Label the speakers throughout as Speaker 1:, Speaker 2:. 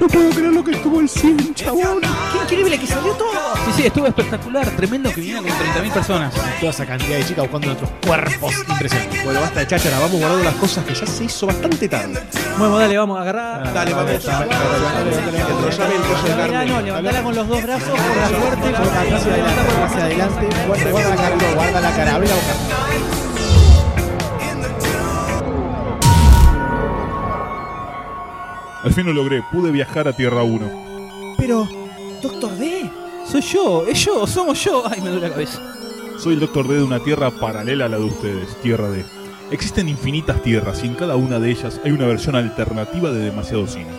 Speaker 1: No puedo creer lo que estuvo el 100, chabón.
Speaker 2: Qué increíble que salió todo.
Speaker 3: Sí, sí, estuvo espectacular, tremendo que vinieron con 30.000 personas.
Speaker 1: Toda esa cantidad de chicas buscando nuestros cuerpos. Impresionante.
Speaker 4: Bueno, basta de cháchara, vamos guardando las cosas que ya se hizo bastante tarde.
Speaker 2: Bueno, dale, vamos, agarrá.
Speaker 4: Dale, vamos. Enrollame el rollo de
Speaker 2: Mirá, no,
Speaker 4: carne.
Speaker 2: levantala con los dos brazos, por la fuerte, por la
Speaker 1: Hacia adelante, hacia adelante. Guarda, guarda la cara, guarda la cara, abre la boca.
Speaker 5: Al fin lo logré, pude viajar a Tierra 1.
Speaker 2: Pero, Doctor D, soy yo, es yo, somos yo. Ay, me duele la cabeza.
Speaker 5: Soy el Doctor D de una tierra paralela a la de ustedes, Tierra D. Existen infinitas tierras y en cada una de ellas hay una versión alternativa de demasiado cine.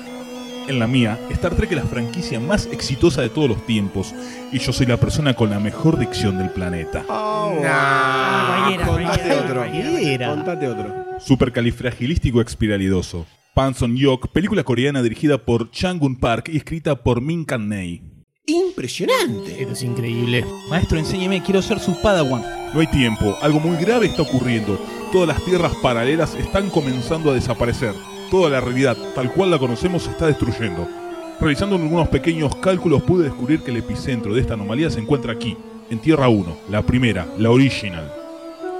Speaker 5: En la mía, Star Trek es la franquicia más exitosa de todos los tiempos y yo soy la persona con la mejor dicción del planeta.
Speaker 4: Ah,
Speaker 2: Guayera,
Speaker 4: Contate
Speaker 2: guayera,
Speaker 4: otro.
Speaker 2: guayera.
Speaker 4: Contate otro.
Speaker 5: Supercalifragilístico expiralidoso. Panson Yok, película coreana dirigida por Changun Park y escrita por Min Kanei.
Speaker 4: Impresionante.
Speaker 1: Esto es increíble.
Speaker 3: Maestro, enséñeme, quiero ser su padawan.
Speaker 5: No hay tiempo, algo muy grave está ocurriendo. Todas las tierras paralelas están comenzando a desaparecer. Toda la realidad, tal cual la conocemos, se está destruyendo. Realizando algunos pequeños cálculos pude descubrir que el epicentro de esta anomalía se encuentra aquí, en Tierra 1, la primera, la original.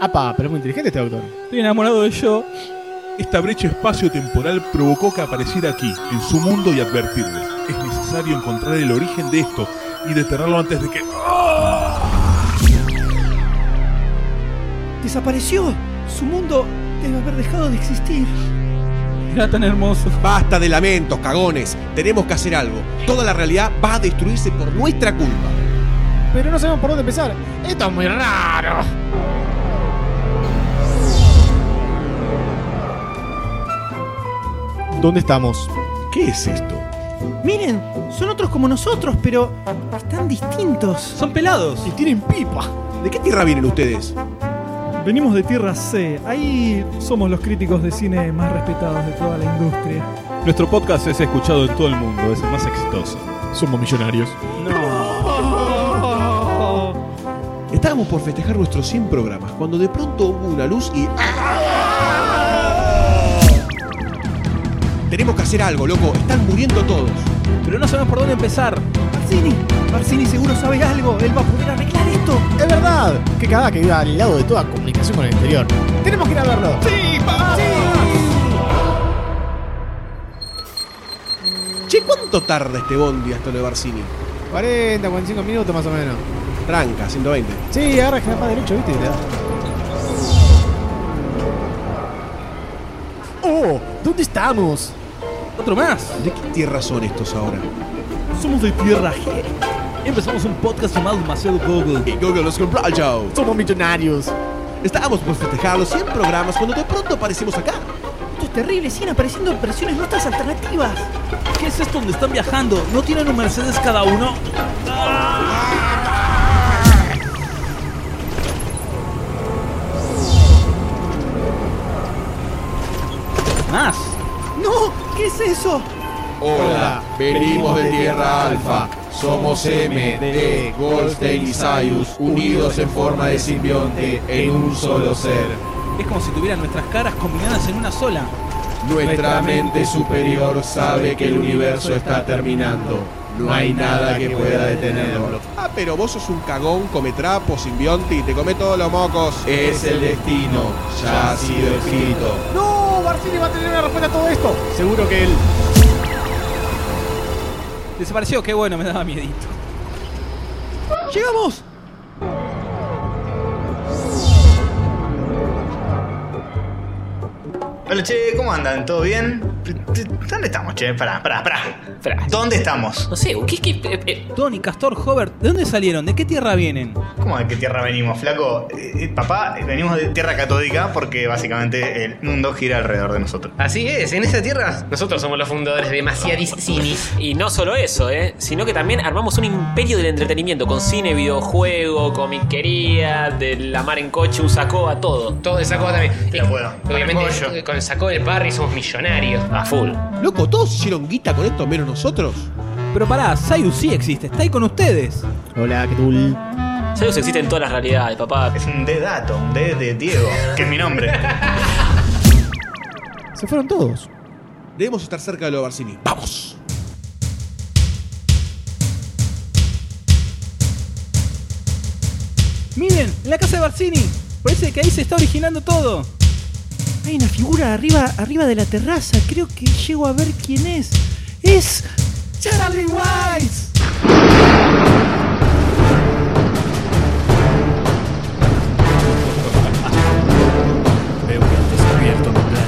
Speaker 1: Apa, pero es muy inteligente este autor.
Speaker 3: Estoy enamorado de yo.
Speaker 5: Esta brecha espacio-temporal provocó que apareciera aquí, en su mundo y advertirles. Es necesario encontrar el origen de esto y detenerlo antes de que...
Speaker 2: Desapareció. Su mundo debe haber dejado de existir.
Speaker 3: Era tan hermoso.
Speaker 4: Basta de lamentos, cagones. Tenemos que hacer algo. Toda la realidad va a destruirse por nuestra culpa.
Speaker 1: Pero no sabemos por dónde empezar. Esto es muy raro. ¿Dónde estamos?
Speaker 4: ¿Qué es esto?
Speaker 2: Miren, son otros como nosotros, pero están distintos.
Speaker 3: Son pelados.
Speaker 1: Y tienen pipa.
Speaker 4: ¿De qué tierra vienen ustedes?
Speaker 6: Venimos de Tierra C, ahí somos los críticos de cine más respetados de toda la industria.
Speaker 7: Nuestro podcast es escuchado en todo el mundo, es el más exitoso.
Speaker 1: Somos millonarios.
Speaker 4: Estábamos por festejar nuestros 100 programas cuando de pronto hubo una luz y... ¡Ah! Tenemos que hacer algo, loco. Están muriendo todos.
Speaker 3: Pero no sabemos por dónde empezar.
Speaker 2: Marcini, Marcini seguro sabe algo. Él va a poder arreglar esto.
Speaker 1: Es verdad. Qué cagada que viva al lado de toda comunicación con el exterior. Tenemos que ir a verlo.
Speaker 4: Che, ¿cuánto tarda este bondi hasta lo de Barcini?
Speaker 1: 40, 45 minutos más o menos.
Speaker 4: Tranca, 120.
Speaker 1: Sí, ahora es que más derecho, ¿viste? Oh, ¿dónde estamos?
Speaker 3: Otro más.
Speaker 4: ¿De qué tierra son estos ahora?
Speaker 3: Somos de Tierra G. Empezamos un podcast llamado Demasiado Google.
Speaker 4: Y Google los compró al chao.
Speaker 1: Somos millonarios.
Speaker 4: Estábamos por festejar los 100 programas cuando de pronto aparecimos acá.
Speaker 2: Esto es terrible, siguen apareciendo versiones nuestras alternativas.
Speaker 3: ¿Qué es esto donde están viajando? ¿No tienen un Mercedes cada uno? Ah. Más.
Speaker 2: ¡No! ¿Qué es eso?
Speaker 1: Hola, venimos de Tierra Alfa.
Speaker 8: Somos MD, Goldstein y Sayus, unidos en forma de simbionte en un solo ser.
Speaker 3: Es como si tuvieran nuestras caras combinadas en una sola.
Speaker 8: Nuestra mente superior sabe que el universo está terminando. No hay nada que pueda detenerlo.
Speaker 4: Ah, pero vos sos un cagón, come trapo, simbionte y te come todos los mocos.
Speaker 8: Es el destino, ya ha sido escrito.
Speaker 1: No, Barcini va a tener una respuesta a todo esto. Seguro que él.
Speaker 3: Desapareció, qué bueno, me daba miedito.
Speaker 2: ¡Llegamos!
Speaker 9: Hola che, ¿cómo andan? ¿Todo bien? ¿Dónde estamos, che? Pará, pará, pará.
Speaker 10: Fra.
Speaker 9: ¿Dónde estamos?
Speaker 10: No sé, ¿qué, qué- eh, eh,
Speaker 3: Tony, Castor, Hobart, ¿de dónde salieron? ¿De qué tierra vienen?
Speaker 9: ¿Cómo de qué tierra venimos, flaco? Eh, eh, papá, venimos de tierra catódica porque básicamente el mundo gira alrededor de nosotros.
Speaker 10: Así es, en esta tierra nosotros somos los fundadores de Demasiadis Cinis. Y no solo eso, eh, sino que también armamos un imperio del entretenimiento con cine, videojuego, comiquería, de la mar en coche, un sacoa, todo. Todo de sacoa también.
Speaker 9: Te la puedo.
Speaker 10: Obviamente
Speaker 9: Te la puedo yo.
Speaker 10: con el sacoa del parry somos millonarios. A full.
Speaker 4: Loco, ¿todos hicieron guita con esto menos nosotros?
Speaker 3: Pero pará, Sayus sí existe, está ahí con ustedes.
Speaker 1: Hola, ¿qué tal?
Speaker 10: Zeus existe en todas las realidades, papá.
Speaker 9: Es un D dato, un D de Diego, que es mi nombre.
Speaker 1: Se fueron todos.
Speaker 4: Debemos estar cerca de lo de Barcini. ¡Vamos!
Speaker 2: Miren, en la casa de Barcini. Parece que ahí se está originando todo.
Speaker 11: Hay una figura arriba, arriba de la terraza. Creo que llego a ver quién es. Es Charlie Weiss.
Speaker 12: Veo que han descubierto mi plan.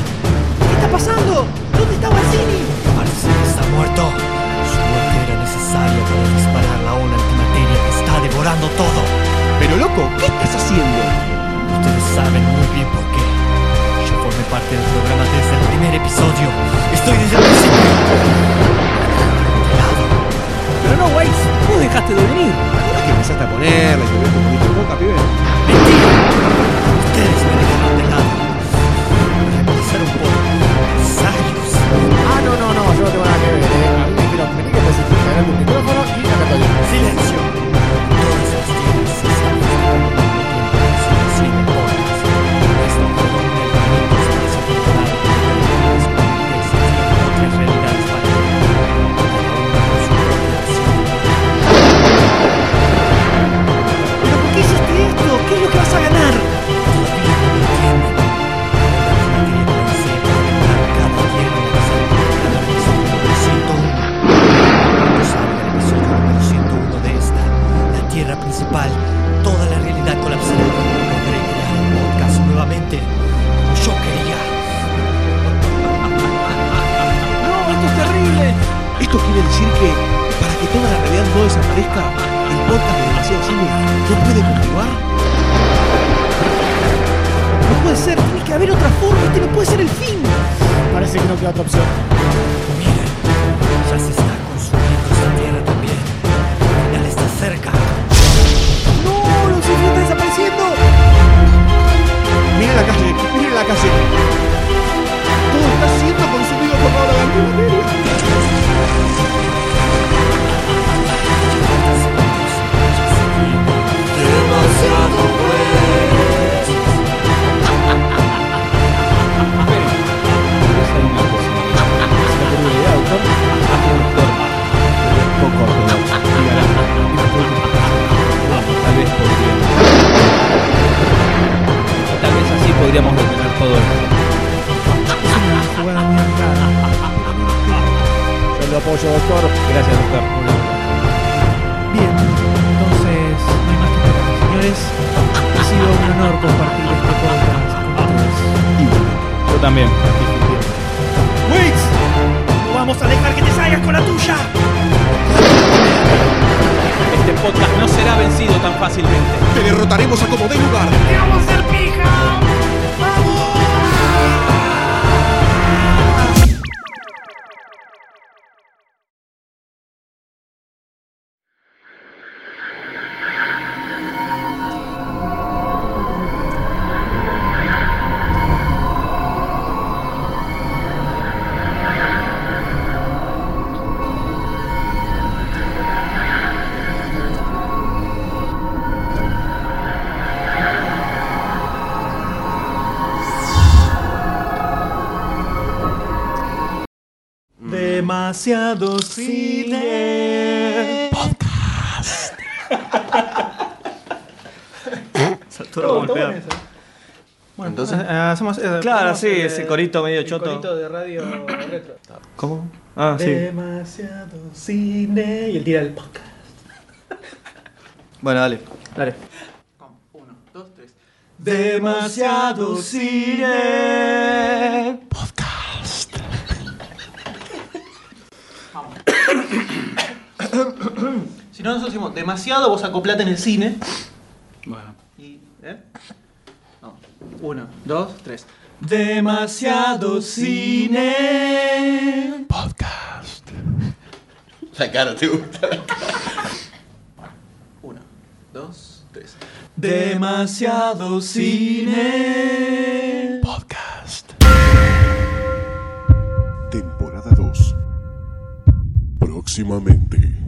Speaker 11: ¿Qué está pasando? ¿Dónde está Barcini?
Speaker 12: Marcel está muerto. Su muerte era necesaria para disparar la ola antimateria que está devorando todo. Pero loco, ¿qué estás haciendo? Ustedes saben muy bien por qué. Yo formé parte del programa desde el primer episodio. Estoy desde el principio.
Speaker 2: Pero no, Weiss, vos dejaste de venir.
Speaker 4: Es que empezaste a ponerle, te veo con mucha boca, pibe.
Speaker 12: Ustedes me dejaron de lado. Reemplazaron por ensayos.
Speaker 1: Ah, no, no, no, yo no tengo nada que ver. eh. A mí me dijeron, vení que te sentís a ganar un micrófono y la católica.
Speaker 12: Silencio. Todas las tierras se están formando en el tiempo de sus inmortales. Esto como un elemento especificado de las contextos de otras realidades paralelas. Cada una con su propia
Speaker 11: ¿Pero por qué hiciste esto? ¿Qué es lo que vas a ganar?
Speaker 12: de esta, la tierra principal, toda la realidad colapsará. Podré crear el podcast nuevamente como yo quería.
Speaker 2: No, esto es terrible.
Speaker 4: Esto quiere decir que para que toda la realidad no desaparezca, el podcast de demasiado cine no puede continuar.
Speaker 11: No puede ser, tiene que haber otra forma. Este no puede ser el fin.
Speaker 1: Parece que no queda otra opción.
Speaker 12: Ya se está consumiendo esta tierra también. El final está cerca.
Speaker 11: ¡No! ¡Los hijos están desapareciendo!
Speaker 4: Miren la calle, miren la calle. Todo está siendo consumido por la ola de
Speaker 12: Demasiado
Speaker 2: Tal vez podríamos. Tal vez así podríamos detener todo esto.
Speaker 6: Es una jugada muy arcada.
Speaker 1: Yo lo apoyo, doctor.
Speaker 2: Gracias, doctor.
Speaker 6: Bien, entonces no hay más que esperar. Señores, ha sido un honor compartir este podcast con ustedes.
Speaker 7: Yo también.
Speaker 11: ¡Wix! ¡No vamos a dejar que te salgas con la tuya!
Speaker 2: Este podcast no será vencido tan fácilmente.
Speaker 4: Te derrotaremos a como dé lugar.
Speaker 11: ¡Te vamos a hacer pija!
Speaker 8: Demasiado cine.
Speaker 13: Satura golpea.
Speaker 6: Bueno,
Speaker 13: Entonces-
Speaker 6: eh, hacemos eh,
Speaker 13: Claro,
Speaker 6: hacemos
Speaker 13: sí,
Speaker 6: el-
Speaker 13: ese corito medio
Speaker 6: el
Speaker 13: choto.
Speaker 6: corito de radio retro.
Speaker 13: ¿Cómo? Ah, sí.
Speaker 6: Demasiado cine. Y el tira del podcast.
Speaker 13: Bueno, dale. Dale.
Speaker 8: Demasiado cine. Podcast.
Speaker 6: Si no, nosotros decimos demasiado, vos acoplate en el cine.
Speaker 13: Bueno.
Speaker 6: Y. ¿Eh? No. Uno, dos, tres.
Speaker 8: Demasiado cine. Podcast.
Speaker 13: La cara te gusta.
Speaker 6: Dos, tres.
Speaker 8: Demasiado cine.
Speaker 14: Podcast. Temporada 2. Próximamente.